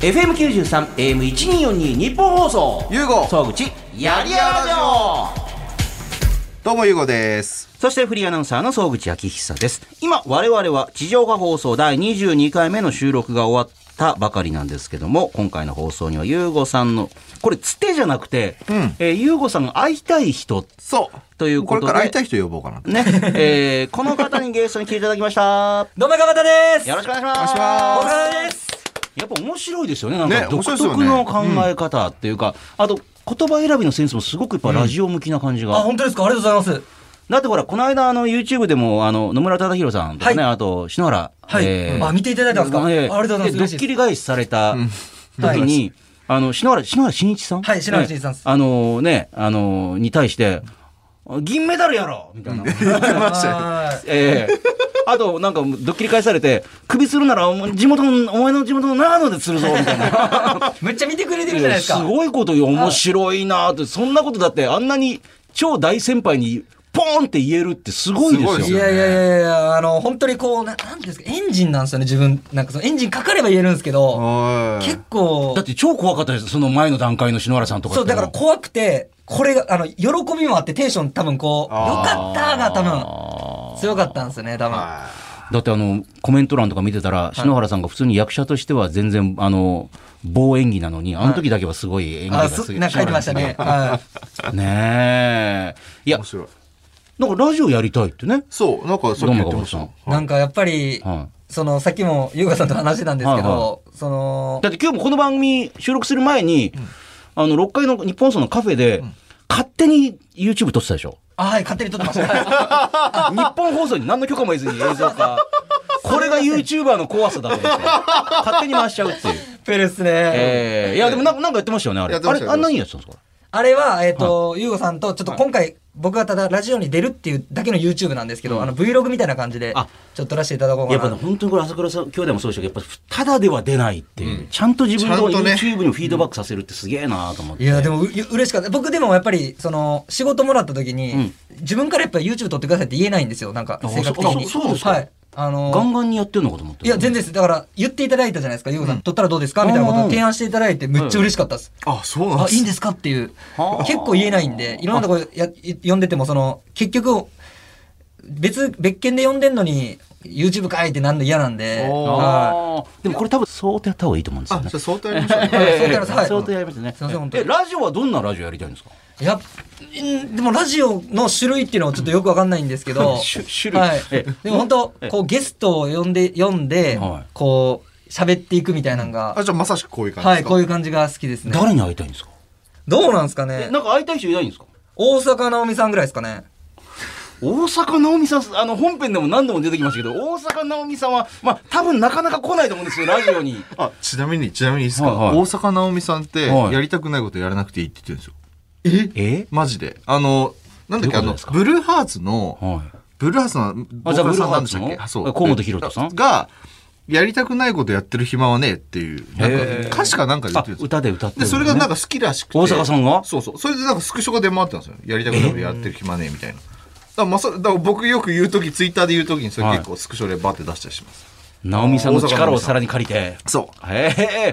FM93 AM1242 日本放送ゆうご総口やりやらじょどうもゆうごですそしてフリーアナウンサーの総口昭久です今我々は地上波放送第22回目の収録が終わったばかりなんですけども今回の放送にはゆうごさんのこれつてじゃなくて、えーゆうごさんが会いたい人そうということでこれから会いたい人呼ぼうかなね、えーこの方にゲストに来ていただきましたどうも、かかたです。よろしくお願いしますお願いしまお疲れです。やっぱ面白いですよね。なんねか独面白いですよ特ねの考え方っていうか、あと言葉選びのセンスもすごくやっぱラジオ向きな感じあ、が。本当ですか。ありがとうございます。だってほら、この間あの YouTube でもあの野村忠宏さんとかね、はあと篠原。はいあ見ていただいたんですかええありがとうございますでド嬉しいッですキリ返しされたは時にい、あの、篠原、篠原慎一さんはい篠原慎一さんですあのね、あの、に対して、銀メダルやろみた いな。はええあと、なんか、ドッキリ返されて、首するなら、お前地元の、お前の地元の長野でするぞ、みたいな。いめっちゃ見てくれてるじゃないですか。ごいことよ、面白いなって、そんなことだって、あんなに超大先輩に、ポーンって言えるってすごいですよ。すごいですいよやいやいやいや、あの、本当にこう、ななんていうんですか、エンジンなんですよね、自分。なんかそのエンジンかかれば言えるんですけど、おい結構だっ、て超怖かったです、その前の段階の篠原さんとかってそう、だから怖くて、これが、あの、喜びもあってテンション多分こう、よあーかったが多分、強かったんですよね、多分。はだってあの、コメント欄とか見てたら、篠原さんが普通に役者としては全然、あの、棒演技なのに、あの時だけはすごい演技があ、すそごい。なんか書いてましたね。はねえ。いや面、白いなんかラジオやりたいってね。そうなんかさっき言ってましたどうもい。なんかやっぱり、はその、さっきも優香さんと話してたんですけはいはど、そのだ、って今日もこの番組収録する前に、あの、6階の日本層のカフェで、勝手に YouTube 撮ってたでしょ。あ、はい、勝手に撮ってま した。 日本放送に何の許可も得ずに映像 化。これが YouTuber の怖さだと思って。勝手に回しちゃうっていう。ペルス ね。ええいや、でもなんかなんかやってましたよね、あれ。やってまあしたれ、よあんなにやってたんですかあれは、えっ、と、ゆうごさんと、ちょっと今回、僕がただラジオに出るっていうだけの YouTube なんですけど、あの Vlog みたいな感じで、ちょあっと撮らせていただこうやかっぱねな。本当にこれ朝倉さん兄弟もそうでしたけどやっぱただでは出ないっていう、ちゃんと自分のちゃんとね YouTube にフィードバックさせるってすげえなと思っていや、でもう、う嬉しかった。僕でもやっぱり、その、仕事もらった時に、自分からやっぱ YouTube 撮ってくださいって言えないんですよ、なんか、あ性格的に。そうそうですかはい。あのガンガンにやってるのかと思っていや、全然です。だから、言っていただいたじゃないですか、ゆうごさん、撮ったらどうですかみたいなことを提案していただいて、めっちゃ嬉しかったです。あそうなんあで、いいんすですかっていうはあ。結構言えないんで、いろんなとこや呼んでても、その、結局、別、別件で呼んでんのに、YouTube かいってなんの嫌なんで。おーはあーでもこれ多分相当やった方がいいと思うんですよあねじゃあ相当やりましょうええね相当やりますはい相当やりますねすいません本当えにラジオはどんなラジオやりたいんですかい。いや、んでもラジオの種類っていうのはちょっとよくわかんないんですけど。 種種類はいええ。でも本当ええ、こうゲストを呼んで、呼んではい、こう、喋っていくみたいなのがあ、じゃあまさしくこういう感はじい、ですかこういう感じが好きですね。誰に会いたいんですかどうなんですかえねなんか会いたい人いないんですか大阪なおみさんぐらいですかね。大阪直美さんあの本編でも何度も出てきましたけど大阪直美さんはまあ多分なかなか来ないと思うんですよラジオにあちなみにちなみにいいですか、はいはい大阪なおみさんってはいやりたくないことやらなくていいって言ってるんですよ えマジであのなんだっけどういうことあのですかブルーハーツの、はいブルーハーツのボーカルさんなんでしたっあじゃあブルーハーツけのあそあう河本大翔さんがやりたくないことやってる暇はねえっていうなんへえか歌詞かなんかで言あってるんですよ歌で歌ってでそれがなんかか好きらしくて大阪さんがそうそうそれでなんかスクショが出回ってたんですよやりたくないことやってる暇ねえみたいなだからまさだから僕よく言う時ツイッターで言う時にそれ結構スクショでバーって出したりします、直美さんの力をさらに借りてそへ え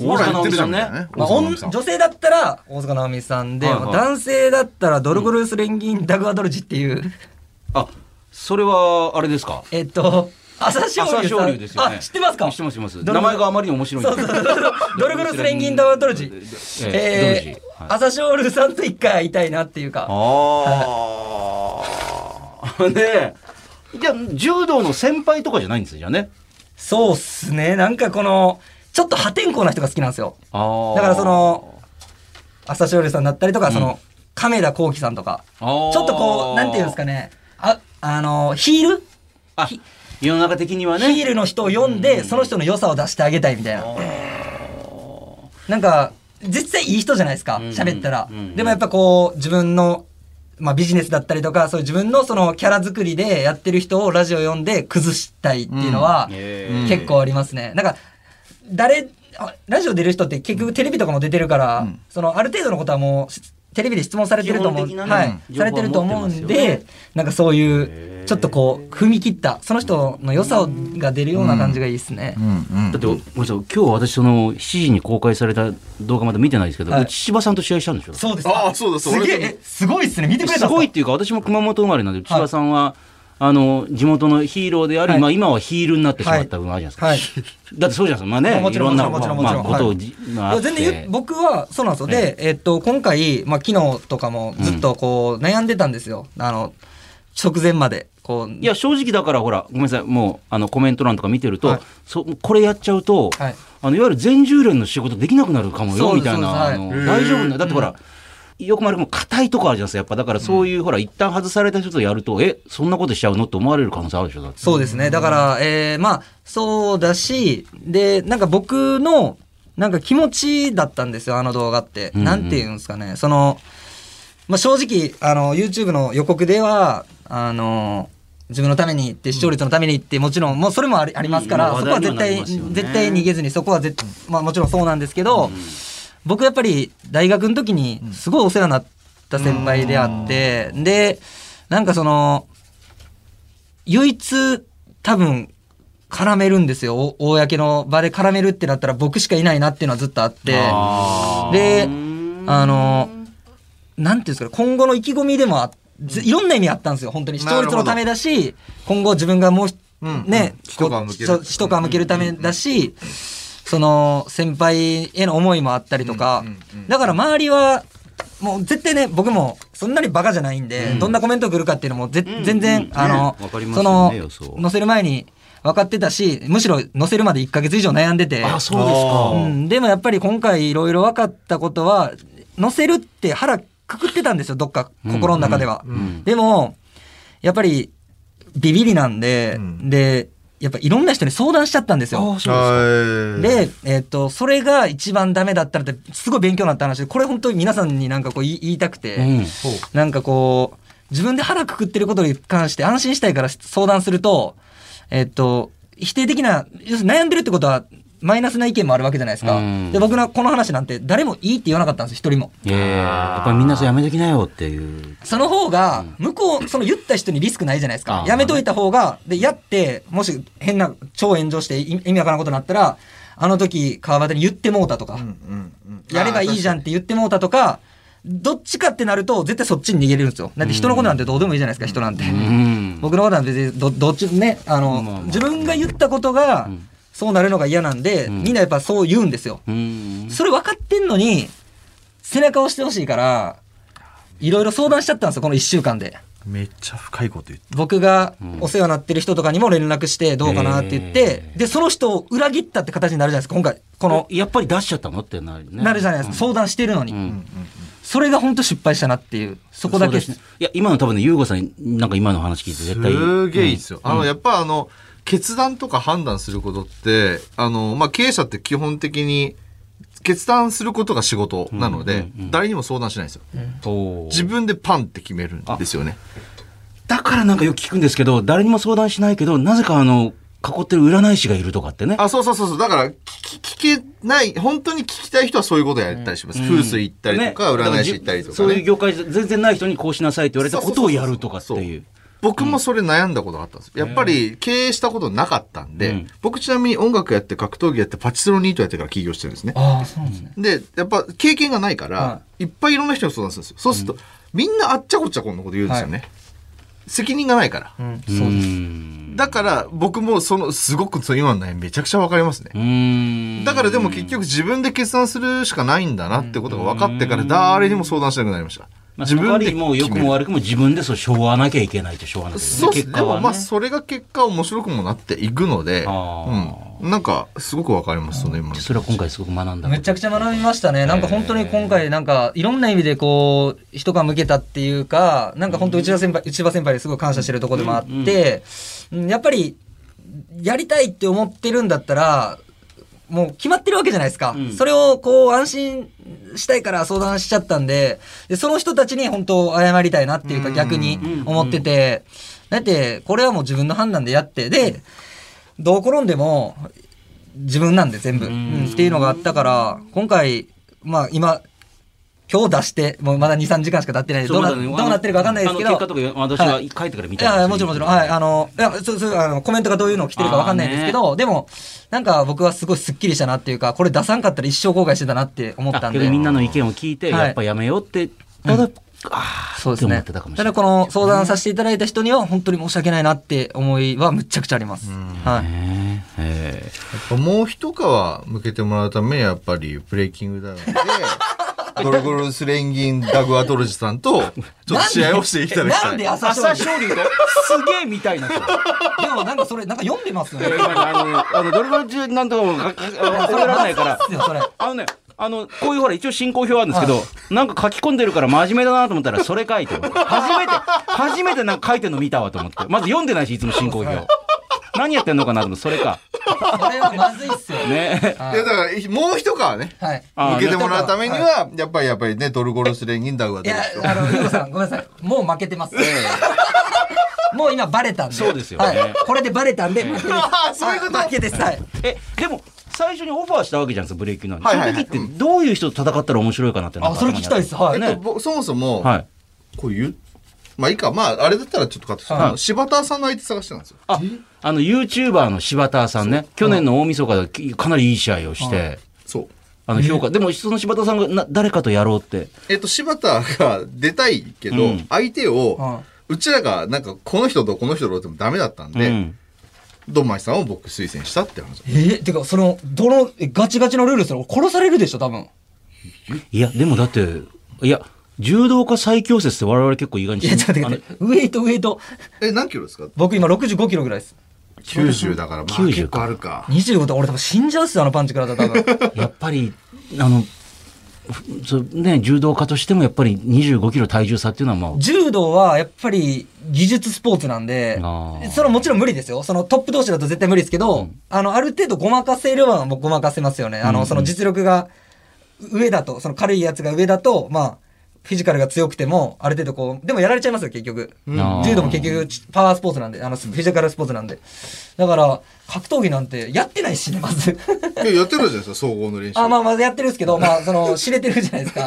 うほ 大阪ら言直っ美てるじさゃんんみたいねなねま大あ、阪直女美さん性だったら大坂なおみさんで、はいはいまあ男性だったらドルゴルース・レンギン・ダグアドルジっていう、 あ、それは、あれですかえっと、朝青龍さん。朝青龍ですよね。あ、知ってますか知ってます、知ってます。ドルゴル名前があまりに面白いんでそうそうそうドルゴルース・レンギン・ダグアドルジ。えええー、朝青龍さんと一回会いたいなっていうか。ああ。 ねえ。じゃあ、柔道の先輩とかじゃないんですよ、じゃあね。そうっすね。なんかこの、ちょっと破天荒な人が好きなんですよ。あだからその、朝青龍さんだったりとか、その、亀田光輝さんとか。ちちょょっとこう、なんていうんですかね。あ、あの、ヒールあ、世の中的にはね。ヒールの人を読んで、その人の良さを出してあげたいみたいな。なんか、実際いい人じゃないですか、ん喋ったらうんうん。でもやっぱこう、自分の、まあビジネスだったりとか、そういう自分のそのキャラ作りでやってる人をラジオ読んで崩したいっていうのはうんへー、結構ありますね。なんか、誰、あラジオ出る人って結局テレビとかも出てるから、そのある程度のことはもう、テレビで質問されてると思う、基本的なねはい、情報さはれてると思う持ってんますよで、なんかそういう、ちょっとこう、踏み切った、その人の良さをが出るような感じがいいですね。だって、ごめんなさい、今日私、その、7時に公開された動画まだ見てないですけど、はい内柴さんと試合したんでしょそうですああそうだそうすげえ俺もえ、すごいっすね。見てくれすたごいっていうか、私も熊本生まれなんで、内は柴いさんは、あの、地元のヒーローであり、はいまあ今はヒールになってしまった部分あるじゃないですか。はい。だってそうじゃないですか。まあね、もいちろろんんな、まもちろんあもちろんことをはいじ、いまああやって全然言う僕はそうなんですよ、で、えっと、今回、まあ、昨日とかもずっとこう悩んでたんですよ、あの直前までこういや、正直だからほら、ごめんなさい、もう、あの、コメント欄とか見てると、はいそこれやっちゃうと、はいあの、いわゆる全従連の仕事できなくなるかもよ、そうみですたいな、あそうので大丈夫な、だってほら、よくまるも硬いとこあるじゃないですか、やっぱ。だからそういう、ほら、一旦外された人とやると、え、そんなことしちゃうのって思われる可能性あるでしょ、だって。そうですねだから、えーまあそうだしでなんか僕のなんか気持ちだったんですよあの動画って、うんうんなんていうんですかねその、まあ、正直あの YouTube の予告ではあの自分のためにって視聴率のためにってもちろんもうそれもありありますかうんらまあそこは絶話題に対はなりますよね絶対逃げずにそこは絶、まあ、もちろんそうなんですけど、僕やっぱり大学の時にすごいお世話になった先輩であって、でなんかその唯一多分絡めるんですよお公の場で絡めるってなったら僕しかいないなっていうのはずっとあってあーでうんあのなんていうんですかね今後の意気込みでもあずいろんな意味あったんですよ本当に視聴率のためだし今後自分がもうひ、うんねうんこ一皮むけるそう一皮むけるためだし、その先輩への思いもあったりとか、うんうんうんだから周りはもう絶対ね僕もそんなにバカじゃないんで、どんなコメント来るかっていうのもぜ、ん全然、うんあの、ねわかりますそよのね予想載せる前に分かってたしむしろ載せるまで1か月以上悩んでてあ、そうですか。うん、でもやっぱり今回いろいろ分かったことは載せるって腹くくってたんですよどっか心の中では、んでもやっぱりビビりなんで、うんでやっぱいろんな人に相談しちゃったんですよはいで、えっとそれが一番ダメだったのってすごい勉強になった話でこれ本当に皆さんになんかこう言い言いたくて、うんなんかこう自分で腹くくってることに関して安心したいから相談するとえっと否定的な要するに悩んでるってことはマイナスな意見もあるわけじゃないですか、うんで僕のこの話なんて誰もいいって言わなかったんですよ一人もいやいやいややっぱりみんなそうやめときなよっていう。その方が向こうその言った人にリスクないじゃないですあかーやめといた方がでやってもし変な超炎上してい意味わからんことになったらあの時川端に言ってもうたとか、やればいいじゃんっって言ってもうたとか、どっちかってなると、絶対そっちに逃げれるんですよ。だって人のことなんてどうでもいいじゃないですか、人なんて。うん。僕のことなんて別にど、どっちもね、あの、まあまあ自分が言ったことが、んそうなるのが嫌なんで、んみんなやっぱそう言うんですよ。うん。それ分かってんのに、背中を押してほしいから、いろいろ相談しちゃったんですよ、この1週間で。めっちゃ深いこと言って僕がお世話になってる人とかにも連絡して、どうかなって言って、で、その人を裏切ったって形になるじゃないですか、今回。この、やっぱり出しちゃったのってなるね。なるじゃないですか、相談してるのに。うんそれが本当失敗したなっていう、そこだけそうですねいや、今の多分ね、ゆうごさん、なんか今の話聞いて絶対。すげえいいですよ。あの、やっぱあの、決断とか判断することって、あの、まあ、経営者って基本的に、決断することが仕事なので、誰にも相談しないんですよ。おー自分でパンって決めるんですよね。だからなんかよく聞くんですけど、誰にも相談しないけど、なぜかあの、囲ってる占い師がいるとかってね。あ、そうそうそうそう。だから、聞き、聞けない、本当に聞きたい人はそういうことやったりします。風水行ったりとか、ね占い師行ったりとか、そういうね。業界全然ない人にこうしなさいって言われたことをやるとかってそうそういそうう。僕もそれ悩んだことがあったんです。やっぱり経営したことなかったんで、うん僕ちなみに音楽やって格闘技やってパチスロニートやってから起業してるんですね。ああ、そうなんですね。でやっぱ経験がないから、、はいっぱいいろんな人に相談するんですよそうすると、みんなあっちゃこっちゃこんなこと言うんですよね、責任がないから、うん、うそうです。んだから僕もそのすごくその今の悩みめちゃくちゃわかりますねう、ん。だからでも結局自分で決断するしかないんだなってことが分かってから誰にも相談しなくなりました、まあ、自自分分ででもう良くも悪くも自分でそうしょうがなきゃいけないとしょうがなきゃいけない。そうです結で果はもねまあそれが結果面白くもなっていくので、あうん、なんかすごくわかりますその今のそれは今回すごく学んだ。めちゃくちゃ学びましたね。なんか本当に今回、なんかいろんな意味でこう、人が向けたっていうか、なんか本当内田先輩、内田先輩ですごい感謝してるところでもあって、うんやっぱり、やりたいって思ってるんだったら、もう決まってるわけじゃないですか。うんそれをこう安心したいから相談しちゃったんで、でその人たちに本当謝りたいなっていうか逆に思ってて、だってこれはもう自分の判断でやって、で、どう転んでも自分なんで全部、うんっていうのがあったから今回まあ今今日出して、もうまだ2、3時間しか経ってないで、そどうなまだねどうなってるか分かんないですけど。あの結果とか、私ははい帰ってから見いたんですやよもちろんもちろん、はい、あの、いや、そうそう、あの、コメントがどういうのを来てるかわかんないんですけど、でも、なんか僕はすごいスッキリしたなっていうか、これ出さんかったら一生後悔してたなって思ったあんけで。どみんなの意見を聞いて、はいやっぱやめようって、ただ、ああ、そうでってす思ね。ってたかもしたれなだい。この相談させていただいた人には本当に申し訳ないなって思いはむっちゃくちゃあります。はい。ねええやっぱもう一皮向けてもらうためにやっぱりブレイキン グダウンでゴルゴルスレンギンダグアトロジさんとちょっと試合をしていただきなたんいで朝朝青龍青龍がすげえみたいな人。でもなんかそれ、なんか読んでます よね。あの、あのドリブル中なんとかもかか覚えられないからそうですよそれ。あのね、あの、こういうほら、一応進行表あるんですけど、なんか書き込んでるから真面目だなと思ったら、それ書いて。初めて、初めてなんか書いてるの見たわと思って。まず読んでないし、いつも進行表。何やってんのかなと思って、それか。それはまずいっすよ。ね。いやだからもう一皮ねはい。あー向けてもらうためにはやっぱりやっぱりねドルゴルスレンギンダグアいトロやジさん、あの、ゆうこさん、ごめんなさい。もう負けてます。もう今バレたんで。そうですよねはい。これでバレたんで、負けです。そういうことはい負けです。はい。え、でも、最初にオファーしたわけじゃないですか、ブレイキンなんで。はそいはいのはい時って、どういう人と戦ったら面白いかなってなんあ、かそれ聞きたいです。はい。えっとね僕そもそも、はい。こういうまあいいかまああれだったらちょっとカットして、はいあの柴田さんの相手探してたんですよあ、あの、YouTuber の柴田さんね、去年の大晦日でかなりいい試合をして、そうあの、評価、でも、その柴田さんがな誰かとやろうって。えっと柴田が出たいけど、うん相手をは、うちらがなんかこの人とこの人とってもダメだったんで、うんドンマイさんを僕推薦したって話えー、てか、その、どの、えガチガチのルールですよ。殺されるでしょ、多分。いや、でもだって、いや、柔道家最強説って我々結構意外にいや、ちょっと待ってください。ウエイト、ウエイト。え何キロですか僕今65キロぐらいです。 90だからまあ90結構あるか25って俺多分死んじゃうっすよ、あのパンチ食らったら多分。やっぱり、あの、ふそうね、柔道家としてもやっぱり25キロ体重差っていうのはまあ、柔道はやっぱり技術スポーツなんであー、それはもちろん無理ですよ。そのトップ同士だと絶対無理ですけど、あの、ある程度ごまかせればごまかせますよね。あの、その実力が上だと、その軽いやつが上だと、まあ、フィジカルが強くても、ある程度こう、でもやられちゃいますよ、結局。あー柔道も結局、パワースポーツなんで、あの、フィジカルスポーツなんで。だから、格闘技なんてやってないしね、まず。いややってるじゃないですか総合の練習あ、まあまあやってるんですけど、まあ、その、知れてるじゃないですか。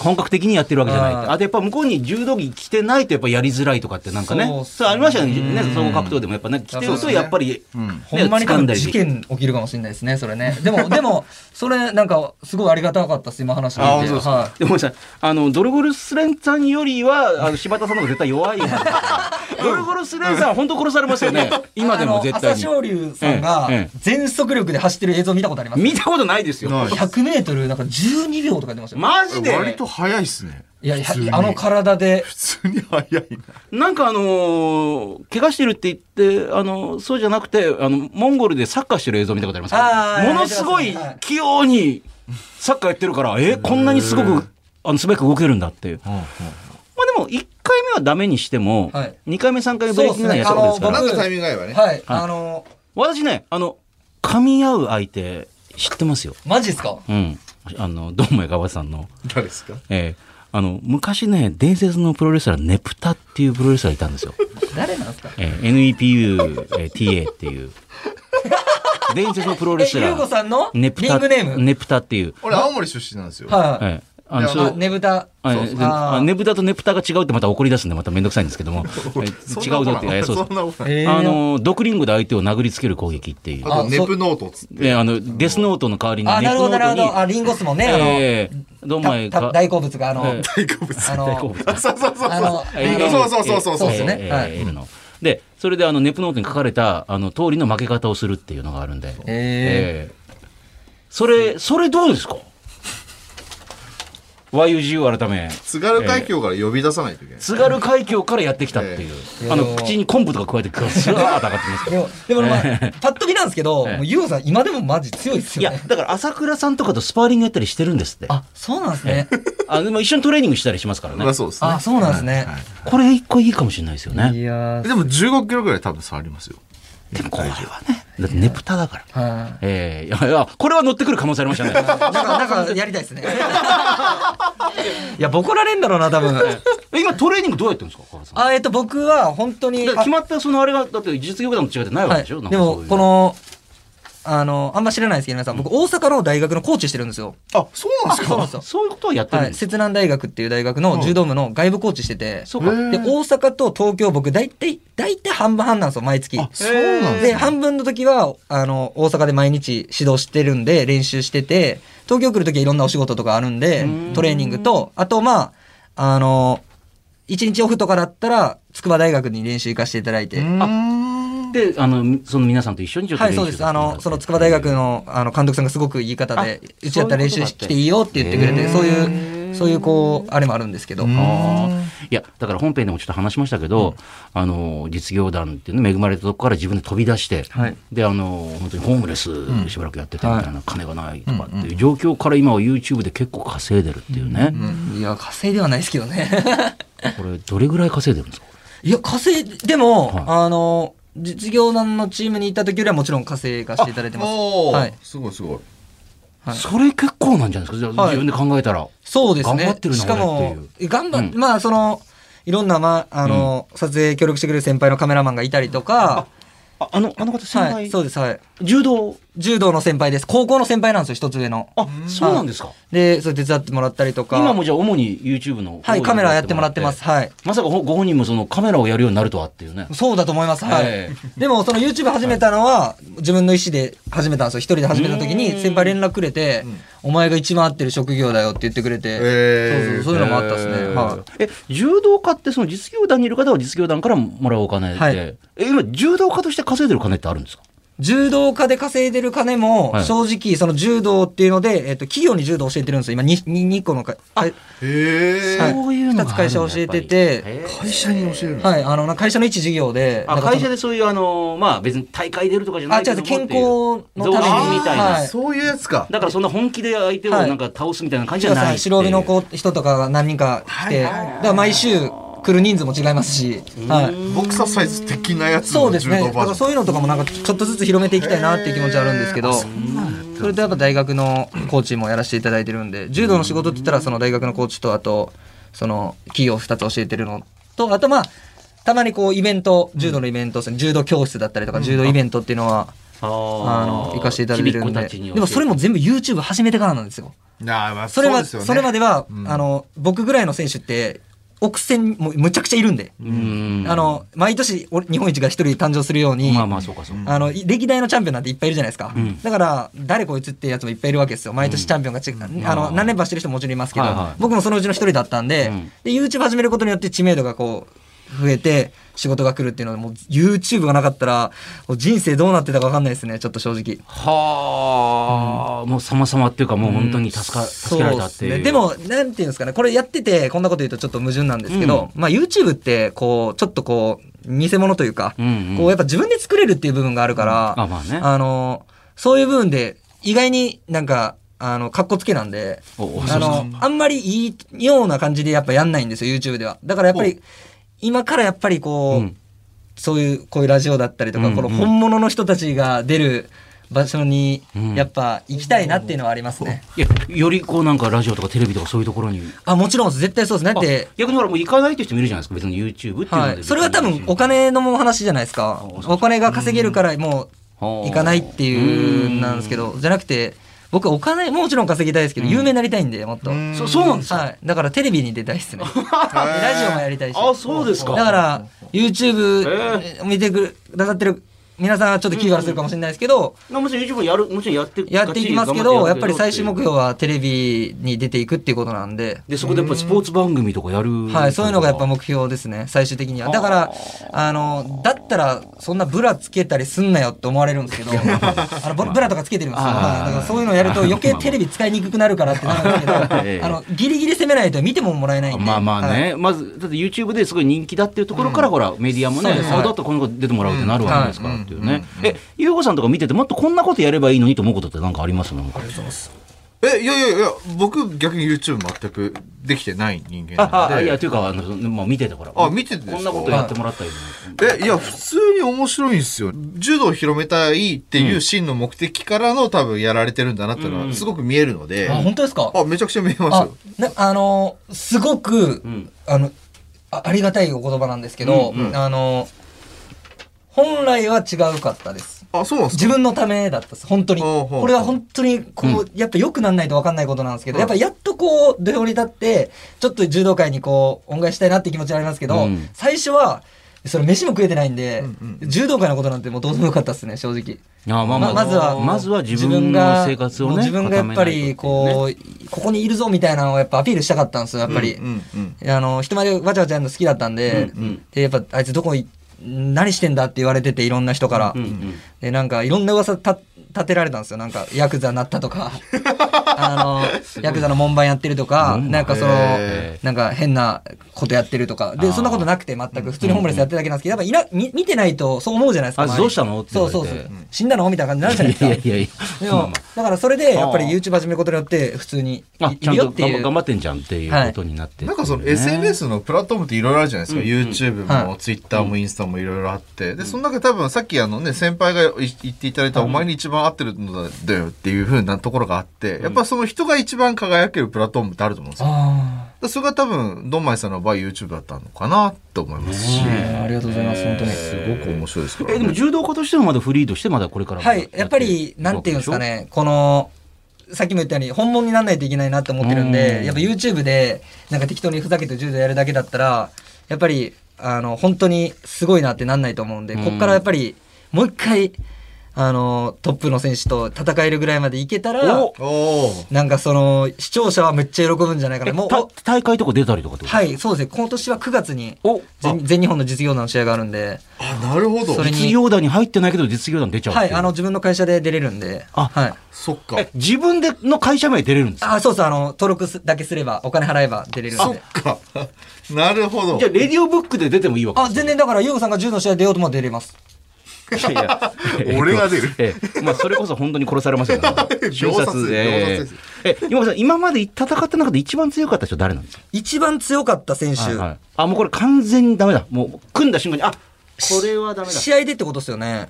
本格的にやってるわけじゃないって。あーあとやっぱ向こうに柔道着着てないとやっぱやりづらいとかってなんかね。そうっすそねうありましたよね。ね、総合格闘でもやっぱね、着てそうるっすとねやっぱり、うんねほんまに多掴ん分だり事件起きるかもしれないですね、それね。でも、でも、それ、なんか、すごいありがたかったです、今話聞いて。あ本当ですかはでもさ、あの、ドルゴルスレンさんよりは、あの、柴田さんの方が絶対弱いんですよ。ドルゴルスレンさんは本当殺されますよね。い今でも絶対にあの朝。青龍さんがええええ、全速力で走ってる映像見たことあります見たことないですよ。ない100メートル、なんか12秒とか出ましたよ。マジで割と早いっすねいやい普通にや、あの体で、普通に早いななんかあのー怪我してるって言って、あのーそうじゃなくて、あの、モンゴルでサッカーしてる映像見たことありますあーものすごやいってますねはい器用にサッカーやってるから、え、こんなにすごく、あの、素早く動けるんだっていう。まあでも、1回目はダメにしても、はい2回目、3回目ブレイキングダウンやったことですかそうっらなんかすねあの僕。タイミング合えばね、はい、あの、私ね、あの、噛み合う相手、知ってますよ。マジですかうん。あの、どうもや川さんの。誰ですかえーあの、昔ね、伝説のプロレスラー、ネプタっていうプロレスラーいたんですよ。誰なんですかえー NEPUTA って いう伝説のプロレスえ、ゆラうこーさんのリンネプタグネームネプタっていう、俺青森出身なんですよ、はいはい。えーあのいやそうあ、ねぶた。あそうえそーうであーあネプタとネプタが違うってまた怒り出すんでまためんどくさいんですけど も、えー違うぞっていうえーそうそそんなことない。えうーあの毒リングで相手を殴りつける攻撃っていうああと、ネプノートっつって。であのデスノートの代わりにあ、ネなプるノほど、なーるほど。トあ、リンゴスもね、にあえーどんまいのた、か大好物が、あえのえ、大好物。あ大好 の、物そうそうそうあのそう。リンゴそうそうそうそうそう。そうですねえーはいえー L のでそれであのネプノートに書かれたあの通りの負け方をするっていうのがあるんで、えええそれそれどうですか YUGU 改め津軽海峡から呼び出さないといけない。津軽海峡からやってきたっていう、えあいのや口に昆布とか加えてグワッと上がってますけでども、でもまあ、パッと見なんですけど、ええもうユウさん、今でもマジ強いっすいよやね。だから朝倉さんとかとスパーリングやったりしてるんですってああ、そうなんですね。でも一緒にトレーニングしたりしますからねまあそうですね。あ、そうなんですね。これ一個いいかもしれないですよねいやーでも15キロぐらい多分触りますよ。でもこれはねだってネプタだからはい。ええいやいやこれは乗ってくる可能性ありましたね なんか、なんか、やりたいですね。いや、ボコられんだろうな、多分。え今トレーニングどうやってるんですか川原さんあ、えっと、僕は、本当に。だから決まったそのあれがだって実業団と違ってないわはけいでしょ、なんでかそういうもこのあの、あんま知らないですけど、皆さん、僕、大阪の大学のコーチしてるんですよ。あ、そうなんですそうかなんですよ。そういうことをやってるんはでい。す。摂南大学っていう大学の柔道部の外部コーチしてて、そうか。へで、ー大阪と東京、僕、大体、大体半分半なんですよ、毎月。あ、そうなんでで、すか。半分の時は、あの、大阪で毎日指導してるんで、練習してて、東京来る時はいろんなお仕事とかあるんで、トレーニングと、あと、まあ、あの、一日オフとかだったら、筑波大学に練習行かせていただいて、うーんで、あの、その皆さんと一緒にちょっとはい、練習そうです。あの、その筑波大学の、あの、監督さんがすごく言い方で、あうちだったら練習してきていいよって言ってくれて、そそうういうことだったいう、そういう、こう、あれもあるんですけど。うはあんーいや、だから本編でもちょっと話しましたけど、あの、実業団っていうの恵まれたとこから自分で飛び出して、い。で、あの、本当にホームレスしばらくやっててみたいな、金がないとかっていう状況から今は YouTube で結構稼いでるっていうね。いや、稼いではないですけどね。これ、どれぐらい稼いでるんですかいや、稼い、でも、はいあの、実業団のチームに行った時よりはもちろん稼がしていただいてます。おーはいすごいすごい。はいそれ結構なんじゃないですか、じゃあはい自分で考えたら。そうですね。頑張ってるなしか俺っもていう、頑張っ、うまあ、その、いろんな、まあ、あの、撮影協力してくれる先輩のカメラマンがいたりとか、ああの、あの方、先輩、はい、そうです、はい。柔道、柔道の先輩です。高校の先輩なんですよ、一つ上の。あ、そうなんですか。で、それ手伝ってもらったりとか。今もじゃあ主に YouTube の方はい、でカメラやってもらってます。はい。まさかほご本人もそのカメラをやるようになるとはっていうね。そうだと思います。はえい。 でも、その YouTube 始めたのは、自分の意思で始めたんですよ。一人で始めた時うーんに、先輩連絡くれて、お前が一番合ってる職業だよって言ってくれて、へーそうそう、そういうのもあったですね。えーはえ、柔道家ってその実業団にいる方は実業団からもらうお金で、はいえ、今柔道家として稼いでる金ってあるんですかい。柔道家で稼いでる金もは、い正直、その柔道っていうので、えっと、企業に柔道教えてるんですよ。今、2, 二個のか、はいへはえ。いそういうのがあるんだ二つ会社教えてやっぱりて、会社に教えるんですかはい、あの、なんか会社の一事業で、あなんか会社でそういうあのまあ別に大会出るとかじゃないあ、け違どう、も健っ康ていうのため増に。進みたいなはいそういうやつか。だからそんな本気で相手をなんか倒すみたいな感じじゃないっていう白帯の子人とかが何人か来て、だから毎週来る人数も違いますし、はい。ボクサーサイズ的なやつそうのです柔ね。道だかバーらジョそういうのとかもなんかちょっとずつ広めていきたいなっていう気持ちはあるんですけど、それとやっぱ大学のコーチもやらせていただいてるんで、柔道の仕事って言ったらその大学のコーチとあと、その企業2つ教えてるのと、あとまあ、たまにこうイベント、柔道のイベント、その柔道教室だったりとか、柔道イベントっていうのは、あの、行かせていただいてるんで。でもそれも全部 YouTube 始めてからなんですよ。ン。あーまあそれは、うすそよねれまでは、うんあの、僕ぐらいの選手って、億千、もうむちゃくちゃいるんで、ああの、毎年、俺日本一が一人誕生するように、まあまあそうかそうか、あの、い歴代のチャンピオンなんていっぱいいるじゃないですか。んだから、誰こいつってやつもいっぱいいるわけですよ。毎年チャンピオンが違う。ああの、ー何連覇してる人ももちろんいますけど、はいはい僕もそのうちの一人だったんで、うんで、YouTube 始めることによって知名度がこう、増えて、仕事が来るっていうのは、もう YouTube がなかったら、もう人生どうなってたか分かんないですね、ちょっと正直。はあ、もう様々っていうかもう本当に助か、助けられたっていうそですねでも、なんていうんですかね、これやってて、こんなこと言うとちょっと矛盾なんですけど、まあ YouTube って、こう、ちょっとこう、偽物というか、うんうんこう、やっぱ自分で作れるっていう部分があるから、うんあまあねの、そういう部分で、意外になんか、あの、かっこつけなんで、おおあの、あんまりいいような感じでやっぱやんないんですよ、YouTube では。だからやっぱり、今からやっぱりこう、うんそういう、こういうラジオだったりとか、うんうんこの本物の人たちが出る場所にうん、やっぱ行きたいなっていうのはありますね。いやよりこうなんかラジオとかテレビとかそういうところにあ、もちろんです絶対そうですね。だってあ、逆にほらもう行かないという人もいるじゃないですか別に YouTube っていうので、はい。それは多分お金のお話じゃないですかそう。そうお金が稼げるからもう行かないっていうなんですけど、じゃなくて、僕はお金もちろん稼ぎたいですけど、有名になりたいんで、もっと。んそそうなんですか、はい。だからテレビに出たいっ すね。ラジオもやりたいし。あそうですかだから、YouTube 見てくださってる皆さんはちょっと気がするかもしれないですけど、まあもちろん YouTube もやるもちろんやってやっていきますけど、やっぱり最終目標はテレビに出ていくっていうことなんで、でそこでやっぱりスポーツ番組とかやるはい、そういうのがやっぱも目標ですね、最終的には。だから、あの、だったら、そんなブラつけたりすんなよって思われるんですけど、あのブブラとかつけてるんですよ。あーはいだからそういうのやると余計テレビ使いにくくなるからってなるんですけど、 ええあの、ギリギリ攻めないと見てももらえないんで。まあまあね、はい。まずだって YouTube ですごい人気だっていうところから、ほらメディアもねそうですそうだとこの子出てもらうってなるわけですからうんっていうね、え優子さんとか見ててもっとこんなことやればいいのにと思うことってなんかありますなんかえ、いやいやいや、僕逆に YouTube 全くできてない人間あなんあいやで。というかあの、まあ、見ててほらあ見ててですかこんなことやってもらったりえ、いや、普通に面白いんですよ。柔道を広めたいっていう真の目的からの多分やられてるんだなっていうのはすごく見えるので。あ、本当ですかあ、めちゃくちゃ見えますあよ。なあのーすごく、んあのあありがたいお言葉なんですけど、うんうんあのー本来は違うかったです。あ、そうなんですか 自分のためだったです本当にほうほうほうこれは本当にこう、やっぱ良くなんないと分かんないことなんですけど、やっぱやっとこう土俵に立ってちょっと柔道界にこう恩返ししたいなって気持ちはありますけど、うん最初はそれ飯も食えてないんで、うんう柔道界のことなんてもうどうでもよかったですね正直。あまあまあままずはまずは自分の生活をね自分がやっぱ固めないりとこう、ここにいるぞみたいなのをやっぱアピールしたかったんですよやっぱり、うんうんあの人前でわちゃわちゃやるの好きだったんで,、でやっぱあいつどこい何してんだって言われてていろんな人から、っていうねでなんかいろんな噂た立てられたんですよなんかヤクザになった とかあのヤクザの門番やってるとかなんかそのへなんか変なことやってるとかであーそんなことなくて全く普通にホームレスやってるだけなんですけどやっぱいなみ見てないとそう思うじゃないですかあ周りどうしたのって言そわうれてそうそう死んだのみたいな感じになるじうゃんないいですかやいやいやでまあもまだからそれでやっぱりああ YouTube 始めることによって普通にああいちゃるんよとってい頑う頑張ってんじゃんっていうことになってっていうねなんかその SNS のプラットフォームっていろいろあるじゃないですか、YouTube はも Twitter もインスタもいろいろあって、でその中で多分さっきあのね先輩がい言っていただいたお前に一番合ってるのだよっていうふうなところがあってやっぱその人が一番輝けるプラットフォームってあると思うんですよあでそれが多分ドンマイさんの場合 YouTube だったのかなと思いますし、あ、ねありがとうございます本当にすごく面白いですから、えでもね、柔道家としてはまだフリーとしてまだこれからもはいやっぱりやなんていうんですかわねこのさっきも言ったように本物にならないといけないなって思ってるんうでんやっぱ YouTube でなんか適当にふざけて柔道やるだけだったらやっぱりあの本当にすごいなってなんないと思うんでうんこっからやっぱりもう一回あのトップの選手と戦えるぐらいまでいけたらおおーなんかその視聴者はめっちゃ喜ぶんじゃないかけなでしょもえうた大会とか出たりとかってことはいそうですね今年は9月にお全全日本の実業団の試合があるんで、あなるほどそれに実業団に入ってないけど実業団出ちゃうってはうい、あの自分の会社で出れるんで、あはい、そっかえ自分での会社名出れるんですかあそうそうあの登録すだけすればお金払えば出れるんそっで。か なるほどじゃあレディオブックで出てもいいわけあ全然だから優吾さんが柔道の試合出ようとも出れます。いやい や俺が出るえっとええまあそれこそ本当に殺されます よ。瞬秒殺殺で秒殺です。ええ、今さん、今まで戦った中で一番強かった人誰なんですか一番強かった選手、はいはいあ、もうこれ完全にダメだ。もう組んだ瞬間に、あ、これはダメだ。試合でってことですよね。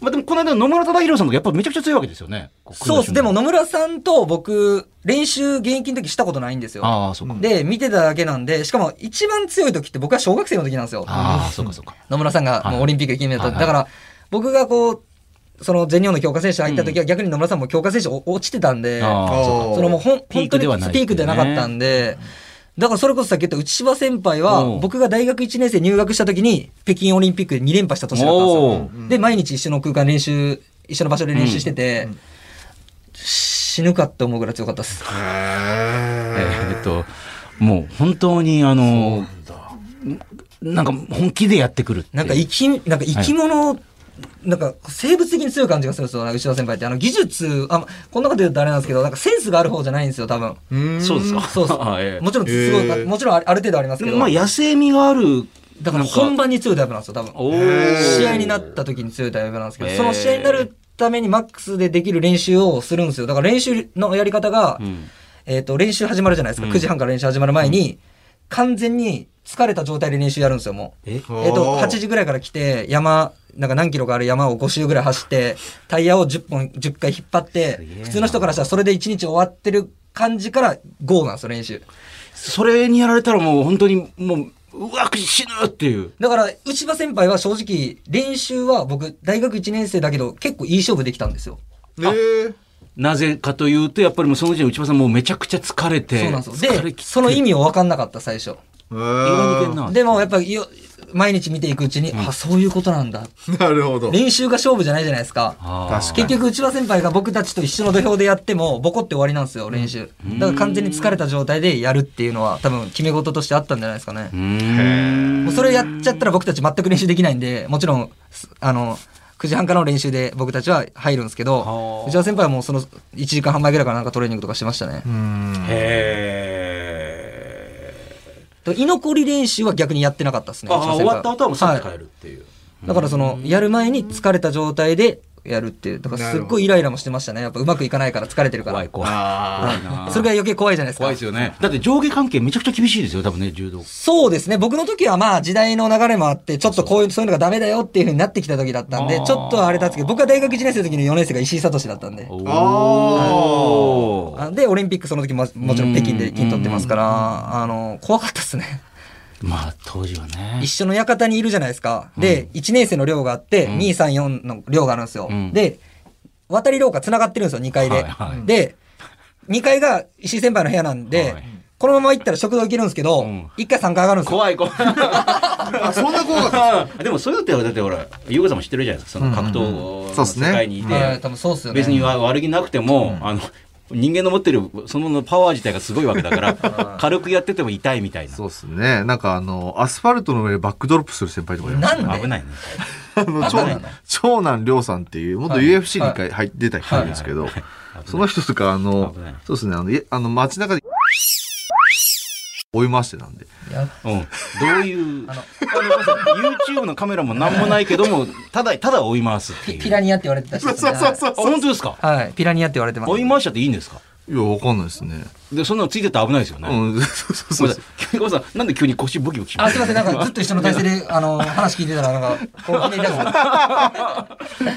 まあでもこの間の野村忠宏さんとかやっぱめちゃくちゃ強いわけですよね。こ組んそうだです。瞬間でも野村さんと僕練習現役の時したことないんですよ。ああ、そうか。で見てただけなんでしかも一番強い時って僕は小学生の時なんですよ。ああ、そうかそうか。野村さんがはいもうオリンピックで金メダル取って、はいだから僕がこうその全日本の強化選手入った時は逆に野村さんも強化選手お落ちてたんで。ああ、そうか。そのもうほんピ本ー当クにではないピークではなかったんで、だからそれこそさっき言った内柴先輩はうん、僕が大学1年生入学した時に、北京オリンピックで2連覇した年だったんですよ。で、毎日一緒の空間練習、一緒の場所で練習してて、死ぬかって思うぐらい強かったです。えーっと、もう本当にあの、なんか本気でやってくるっていうなんか生き、なんか生き物、なんか生物的に強い感じがするんですよ、内田先輩って。あの技術、あ、こんなこと言うとあれなんですけど、なんかセンスがある方じゃないんですよ、多 分。そうですか。そう そああええう。もちろんすごい、へーもちろんあるある程度ありますけど、まあ野生味がある。だから本番に強いタイプなんですよ、多分。お試合ーになった時に強いタイプなんですけど、へーその試合になるためにマックスでできる練習をするんですよ。だから練習のやり方が、んえっ、と、練習始まるじゃないですか。9時半から練習始まる前に、完全に疲れた状態で練習やるんですよ、もう。ええっ、と、8時ぐらいから来て、山、なんか何キロかある山を5周ぐらい走って、タイヤを10本、10回引っ張ってすげえ、な普通の人からしたらそれで1日終わってる感じからゴーなんですよ、練習。それにやられたらもう本当にもう、うわ、死ぬっていう。だから、内場先輩は正直、練習は僕、大学1年生だけど、結構いい勝負できたんですよ。ねえなぜかというと、やっぱりもうそのうちに内場さんもうめちゃくちゃ疲れて。そうなんです疲よ。れで、切ってその意味を分かんなかった、最初。え意外にいけんーな。でも、やっぱりよ、毎日見ていくうちに、あ、そういうことなんだ。なるほど練習が勝負じゃないじゃないですか。あー確かに結局、内場先輩が僕たちと一緒の土俵でやっても、ボコって終わりなんですよ、練習。だから完全に疲れた状態でやるっていうのは、多分、決め事としてあったんじゃないですかねう。ーんもうそれやっちゃったら僕たち全く練習できないんで、もちろん、すあの、9時半からの練習で僕たちは入るんですけどは、あ内田先輩はもうその1時間半前ぐらいからなんかトレーニングとかしてましたね。と居残り練習は逆にやってなかったですね。あ内あ田終先輩わった後はもうさっは帰るっていう。いだからその、やる前に疲れた状態でやるっていう、だからすっごいイライラもしてましたね。やっぱうまくいかないから疲れてるから。怖い怖い。あ怖いなそれが余計怖いじゃないですか。怖いですよね。だって上下関係めちゃくちゃ厳しいですよ、多分ね、柔道。そうですね。僕の時はまあ時代の流れもあって、ちょっとこういう、そういうのがダメだよっていう風になってきた時だったんであー、ちょっとあれだったんですけど、僕は大学1年生の時の4年生が石井聡だったんで。おあーあで、オリンピックその時ももちろん北京で金取ってますから、あの、怖かったですね。まあ、当時はね一。緒の館にいるじゃないですか。で、1年生の寮があって、うん2、3、4の寮があるんですよ。うんで、渡り廊下繋がってるんですよ、2階で。はいはいで、2階が石井先輩の部屋なんで、はいこのまま行ったら食堂行けるんですけど、うん1階3階上がるんですよ。怖い 怖い。あ、そんな怖かった。でもそういうのってだってほら優子さんも知ってるじゃないですかその格う闘んそうのっすね世界にいて、はい多分そうっすよね。別にわ悪気なくても、あの人間の持ってるそのパワー自体がすごいわけだから軽くやってても痛いみたいなそうですね。なんかあの、アスファルトの上でバックドロップする先輩とかいまなすんで危ないねあの長危ない男、長男亮さんっていう、元はい UFC に一回入っ出た人いるんですけど、その人とか、あの危ない、そうですね、あの、いあの街中で、追い回してたんで。いやうん、どういうあの YouTube のカメラも何もないけどもただただ追い回すってピいうピラニアって言われてた人ですねあ本当ですかはい、ピラニアって言われてます。追い回しちゃっていいんですかいや、わかんないですね。でそんなのついてったら危ないですよね、うん、そうそうごめそうなん さ。い久美子さんなんで急に腰ブキブキしまあ、すすいません、なんかずっと一緒の体勢で、 あの、話聞いてたら、なんか、こうひねり出す。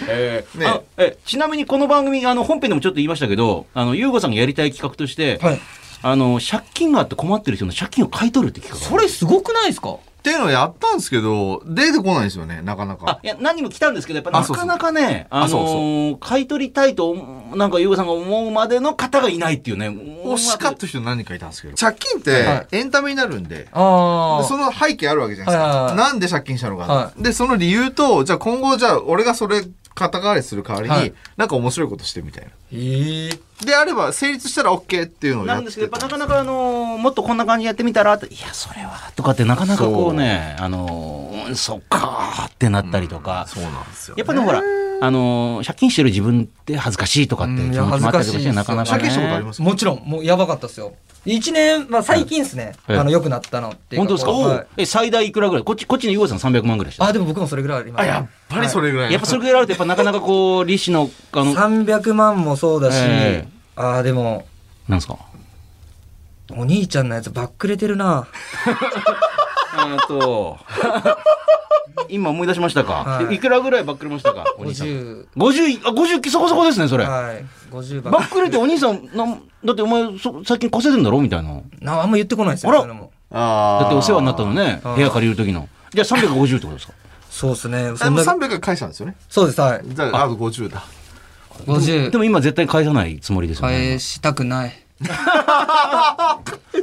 えーねあえちなみにこの番組あの本編でもちょっと言いましたけどあの優吾さんがやりたい企画として、はいあの借金があって困ってる人の借金を買い取るって企画それすごくないですかっていうのをやったんですけど、出てこないんですよね、なかなあか。いや何人も来たんですけどやっぱあなそうそかうなかねああそうそのー買い取りたいと思うなんか優吾さんが思うまでの方がいないっていうね惜惜しかった人何人かいたんですけど。借金っはてエンタメになるんで、あでその背景あるわけじゃないですか。はいはいはいなんで借金したのか、はで、その理由と、じゃあ今後、じゃあ俺がそれ肩代わりする代わりに、はいなんか面白いことしてみたいな。ええであれば、成立したら OK っていうのをなやってんですけどやっぱなかなかあのーもっとこんな感じやってみたらっていやそれはとかってなかなかこうねあのーうんそっかーってなったりとか、そうなんですよ、やっぱりほら、あのー借金してる自分って恥ずかしいとかって気持ちもあったりとかして、うんいや恥ずかしいですよなかなか、ね。借金したことありますかもちろん、もうやばかったですよ。一年、まあ最近ですね、はいあの、良くなったのっていう本当ですか、こうはいえ、最大いくらぐらいこっち、こっちの優さん300万ぐらいでした。あ、でも僕もそれぐらいあります。あ、やっぱりそれぐらい。やっぱそれぐらいあると、やっぱなかなかこう、利子の、あの、 300万もそうだし、ええあーでも、なんですかお兄ちゃんのやつばっくれてるな。えっと、今思い出しましたか、はいい、くらぐらいばっくれましたかお兄さん。 50、 50、あ、50、そこそこですね、それ。はい、50ば番。っくれてお兄さん、なんだってお前、そ最近稼いでんだろみたいな。なあんま言ってこないですよ、あらそれもあーだってお世話になったのね、あー部屋借りる時の。じゃあ350ってことですかそうですね。あそでんもだけ300返したんですよね。そうです、はい。じゃあ、あと50だ。で50。も今絶対返さないつもりですよね。返したくない。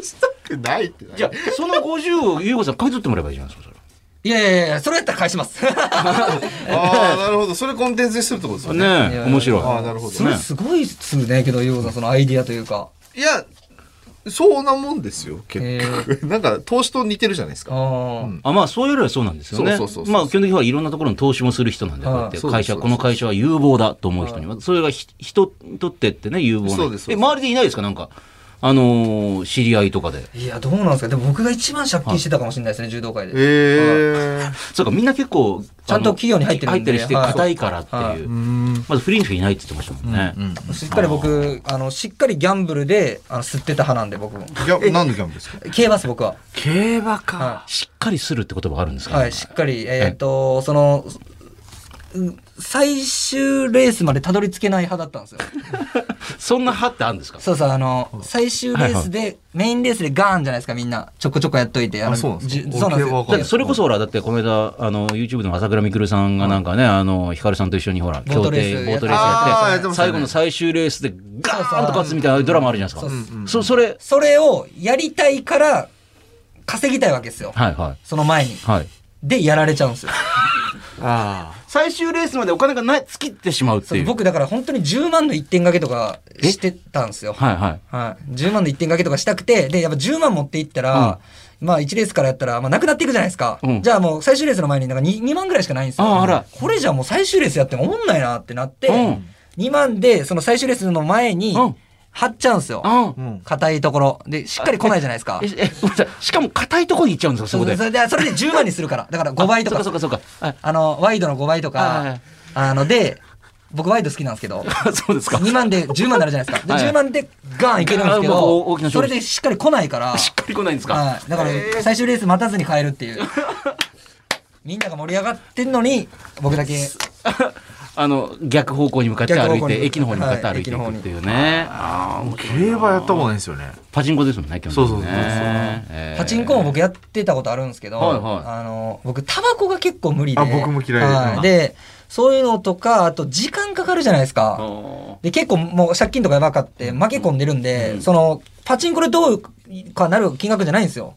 したくないってじゃあ、その50を優子さん買い取ってもらえばいいじゃないですか、いやいやいや、それやったら返します。ああ、なるほど。それコンテンツにするってことですそよれ。ね。ねえ、面白い。ああ、なるほどそれね。すごいっすね、けど、ようさん、そのアイディアというか。いや、そうなもんですよ、結局。 なんか、投資と似てるじゃないですあか。あ、うんあまあそういうよりはそうなんですよね。そうそうそうそうまあ基本的にはいろんなところに投資もする人なんで、はいこうやってそうです会社そうですこの会社は有望だと思う人には、それがひ人にとってってね有望な。そうですそうえです周りでいないですかなんかあのー知り合いとかで。いや、どうなんですか。でも僕が一番借金してたかもしれないですね、柔道界で。ええ。そうかみんな結構ちゃんと企業に入ってるんで入ったりしてはい硬いからってはいいうう。ん。まずフリーの人いないって言ってましたもんね。うん。しっかり僕、あの、しっかりギャンブルで、あの、吸ってた派なんで、僕も。ギャ何のギャンブルですか競馬っす、僕は。競馬か。しっかりするって言葉があるんですか、はい、しっかり、えっ、と、その、う最終レースまでたどり着けない派だったんですよ。そんな派ってあるんですかそうそう、あの、最終レースで、メインレースでガーンじゃないですか、みんな。ちょこちょこやっといて。のあそうなんですかじそうなん俺です競馬よわかだっんなていそれこそほらだってこの間あの YouTube の朝倉未来さんがなんかね、あのヒカルさんと一緒にほらボー競トレー艇スボやーってトレースやあーっやてってましたね最後の最終レースでガーンと勝つみたいなドラマあるじゃないですか、そううんそそれそれをやりたいから、稼ぎたいわけですよ。はいはその前に。いはいで、やられちゃうんですよ。ああ。最終レースまでお金がない尽きてしまうっそてういう僕だから本当に10万の1点掛けとかしてたんですよ。はいはいはい、10万の1点掛けとかしたくてでやっぱ10万持っていったら、まあ1レースからやったら、まあ、なくなっていくじゃないですか、うんじゃあもう最終レースの前になんか 2, 2万ぐらいしかないんですよああらこれじゃもう最終レースやってもおもんないなってなって、うん2万でその最終レースの前にうん貼っちゃうんですよあうあん。硬、いところでしっかり来ないじゃないですかええ ごめんなさいしかも硬いとこに行っちゃうんですかそそこでうそうでそれで10万にするからだから5倍とかあそうかそうかそうかはいあのワイドの5倍とはいはいかあので僕ワイド好きなんですけどあそうですか2万で10万になるじゃないですか。で、はい10万でガーンいけるんですけあもう大きなど、そ勝負れでしっかり来ないから、しっかり来ないんですか、はい、だから最終レース待たずに帰るっていう。みんなが盛り上がってんのに、僕だけ。あの、逆方向に向かって歩い逆方向にて、駅の方に向かってはい歩いていくっていうね。あー競馬やったことないんですよね。パチンコですもんね、基本的にねそうそうそうそうえーパチンコも僕やってたことあるんですけど、はいはいあの僕タバコが結構無理であ僕も嫌いですはいでそういうのとかあと時間かかるじゃないですあかーで結構もう借金とかやばかって負け込んでるんで、そのパチンコでどうかなる金額じゃないんですよ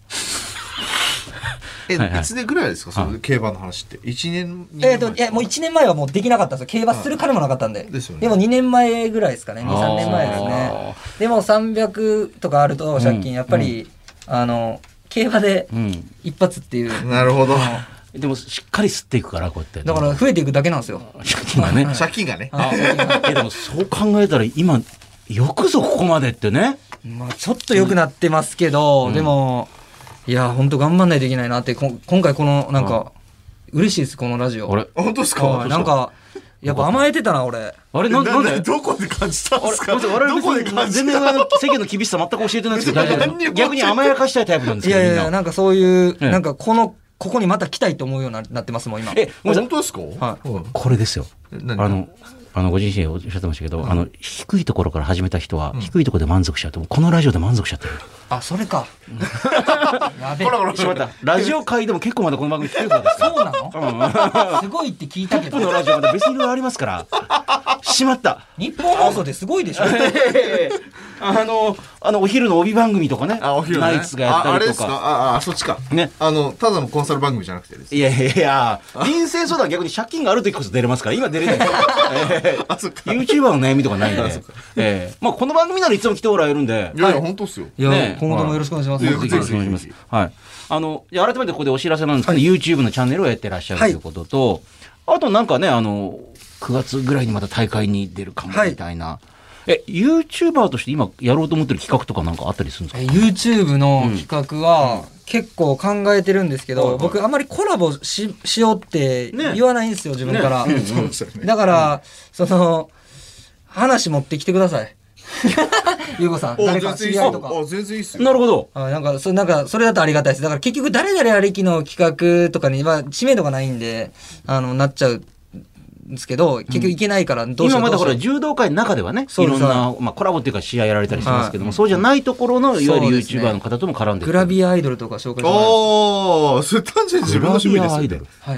え、はいはいいつでぐらいですかそはの競馬の話って。1年、二え年っ、と前いやもう1年前はもうできなかったんですよ競馬する彼もなかったんで、ですよねも2年前ぐらいですかね23年前ですねでも300とかあると借金やっぱり、あの競馬でうん。一発っていう、なるほど。でも、しっかり吸っていくから、こうやって。だから、増えていくだけなんですよ借金がね。借金がね。あえでも、そう考えたら、今、よくぞここまでってね。まあ、ちょっと良くなってますけど、でも、いや、本当頑張んないといけないなって、こん今回この、なんか、嬉しいです、このラジオ。あれ本当ですかはいなん、か、やっぱ甘えてたな、俺。あれ、ななんんで、なんででどこで感じたんですごかめんなさい我どこ々で別に感じ全然あの世間の厳しさ全く教えてないですけど大丈夫何にですもか逆に甘やかしたいタイプなんですけいどやいやいみや、んななんかそういう、ええなんかこの、ここにまた来たいと思うようにななってます、もう今。えごめんなさ本い当ですかはいうんこれですよあ何のあのご自身でおっしゃってましたけど、あの低いところから始めた人は、低いところで満足しちゃってもうこのラジオで満足しちゃってるあ、それか。やべえほらほらしまった ラジオ界でも結構まだこの番組低い方ですからそうなのすごいって聞いたけトップのど、ラジオまだ別にいろいろありますからしまった日本放送ですごいでしょ。あのあのお昼の帯番組とかねあ、お昼ねナイツがやったああれりでとすかかあ、あ、そっちか。ねあの、ただのコンサル番組じゃなくてです。いやいやいや人生相談は逆に借金がある時こそ出れますから今出れ ないええあ、そっか。い YouTuber の悩みとかないんで、ええまあ、この番組ならいつでも来てもらえるんで、やいや、本当っすよ。いや、ねえ今後ともよろしくお願いします。はいぜひぜひお願いしますぜひぜはい。あの、いや改めてここでお知らせなんですけど、YouTube のチャンネルをやってらっしゃるということと、あとなんかね、あの、9月ぐらいにまた大会に出るかもみたいな。え、YouTuber として今やろうと思ってる企画とかなんかあったりするんですかえ YouTube の企画は結構考えてるんですけど、はいはい僕あまりコラボししようって言わないんですよ、自分から、そうですよね。だから、その話持ってきてください ゆうこさんお誰全か然い知いっりす合いとかよ。あ、全然いいっすよ。なるほど。あなんかそなんかそれだとありがたいですだから結局誰々ありきの企画とかには知名度がないんであのなっちゃうんですけど結局いけないからどうし今ようまどだうしほよらう柔道界の中ではねそいうでろすんな、まあ、コラボっていうか試合やられたりしますけども、そうじゃないところのいわゆそうるですね YouTuber の方とも絡んでグラアビアアイドルとか紹介してもらいおー、それ単純に自分の趣味ですよアね。イドルますは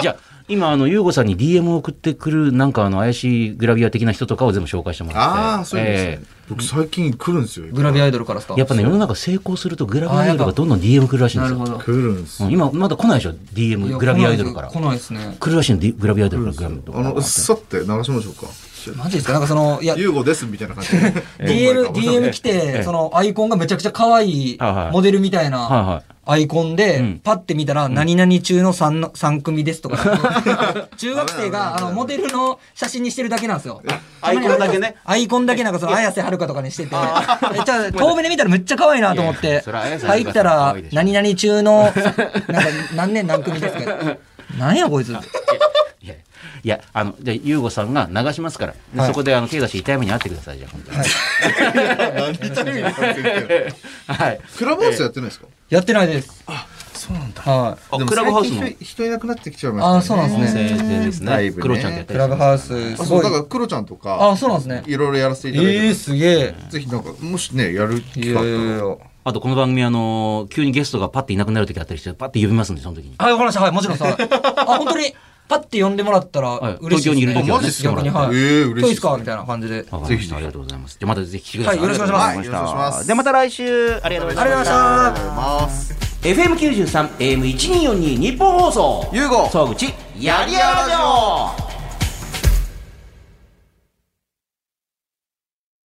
いじゃあ、今、あの、ゆうごさんに DM を送ってくる、なんか、あの、怪しいグラビア的な人とかを全部紹介してもらって。ああ、そういうことですえね。僕最近来るんですよ。グラビアアイドルからスターえやっぱね、世の中成功するとグラビアアイドルがどんどん DM 来るらしいんでなするよほ。ど来るんですうよ。ん今、まだ来ないでしょ ?DM、グラビアアイドルから。来来ないですね。るらしいの、D- グラビアアイドルから、グラビアアイドルあからの、さって流しましょうか。マジですかなんかその、いや、ユーゴですみたいな感じで。 DM、DM 来えて、そのアイコンがめちゃくちゃ可愛いはいはいモデルみたいはいなはアイコうンんで、パッて見たら、何々中の 3, 三組です とか、中学生があのモデルの写真にしてるだけなんですよ。アイコンだけね。アイコンだけなんかその綾瀬はるかとかにしてて、えじゃあ遠目で見たらめっちゃ可愛いなと思っいやいやて、それは綾瀬はる入かったさん可ら愛いで、しょ何々中の、なんか何年何組ですかなんやこいつ。い。いやいや、あの、じゃあ、ゆうごさんが流しますから、ではいそこで、あの、手出し痛い目にあってください、じゃあ、本当に。何みたいな感じで。 はい。 クラブハウスやってないですかやってないです。そうなんだ。はい。あでもクラブハウスも最近人いなくなってきちゃいましたね。あそうなんですね先生ですだねい。ぶねクロちゃんでやったクりしラますブハウス、あすそごういだ。からクロちゃんとかあ、そうなんですね。いろいろやらせていただいてええるすげえ。ぜひなんかもしねやるい機会あやったいやらいや。あとこの番組あの急にゲストがパッていなくなる時あったりしてパッて呼びますんでその時にはい、わかりました。はい、もちろんさ。あ、本当に、パッて呼んでもらったらはい嬉しいです、ね。東京にいる時はねあマジっすか逆にはい。ええ嬉しいですね今日いつかみたいな感じで。ありがとうぜひありがとうございますじゃあまたぜひ来てください、はいよろしくお願いしますありがとうござはいよろしくお願いしますでまた来週ありがとうございましたございました。ます。 FM93AM1242 日本放送ゆうご総口やりやろう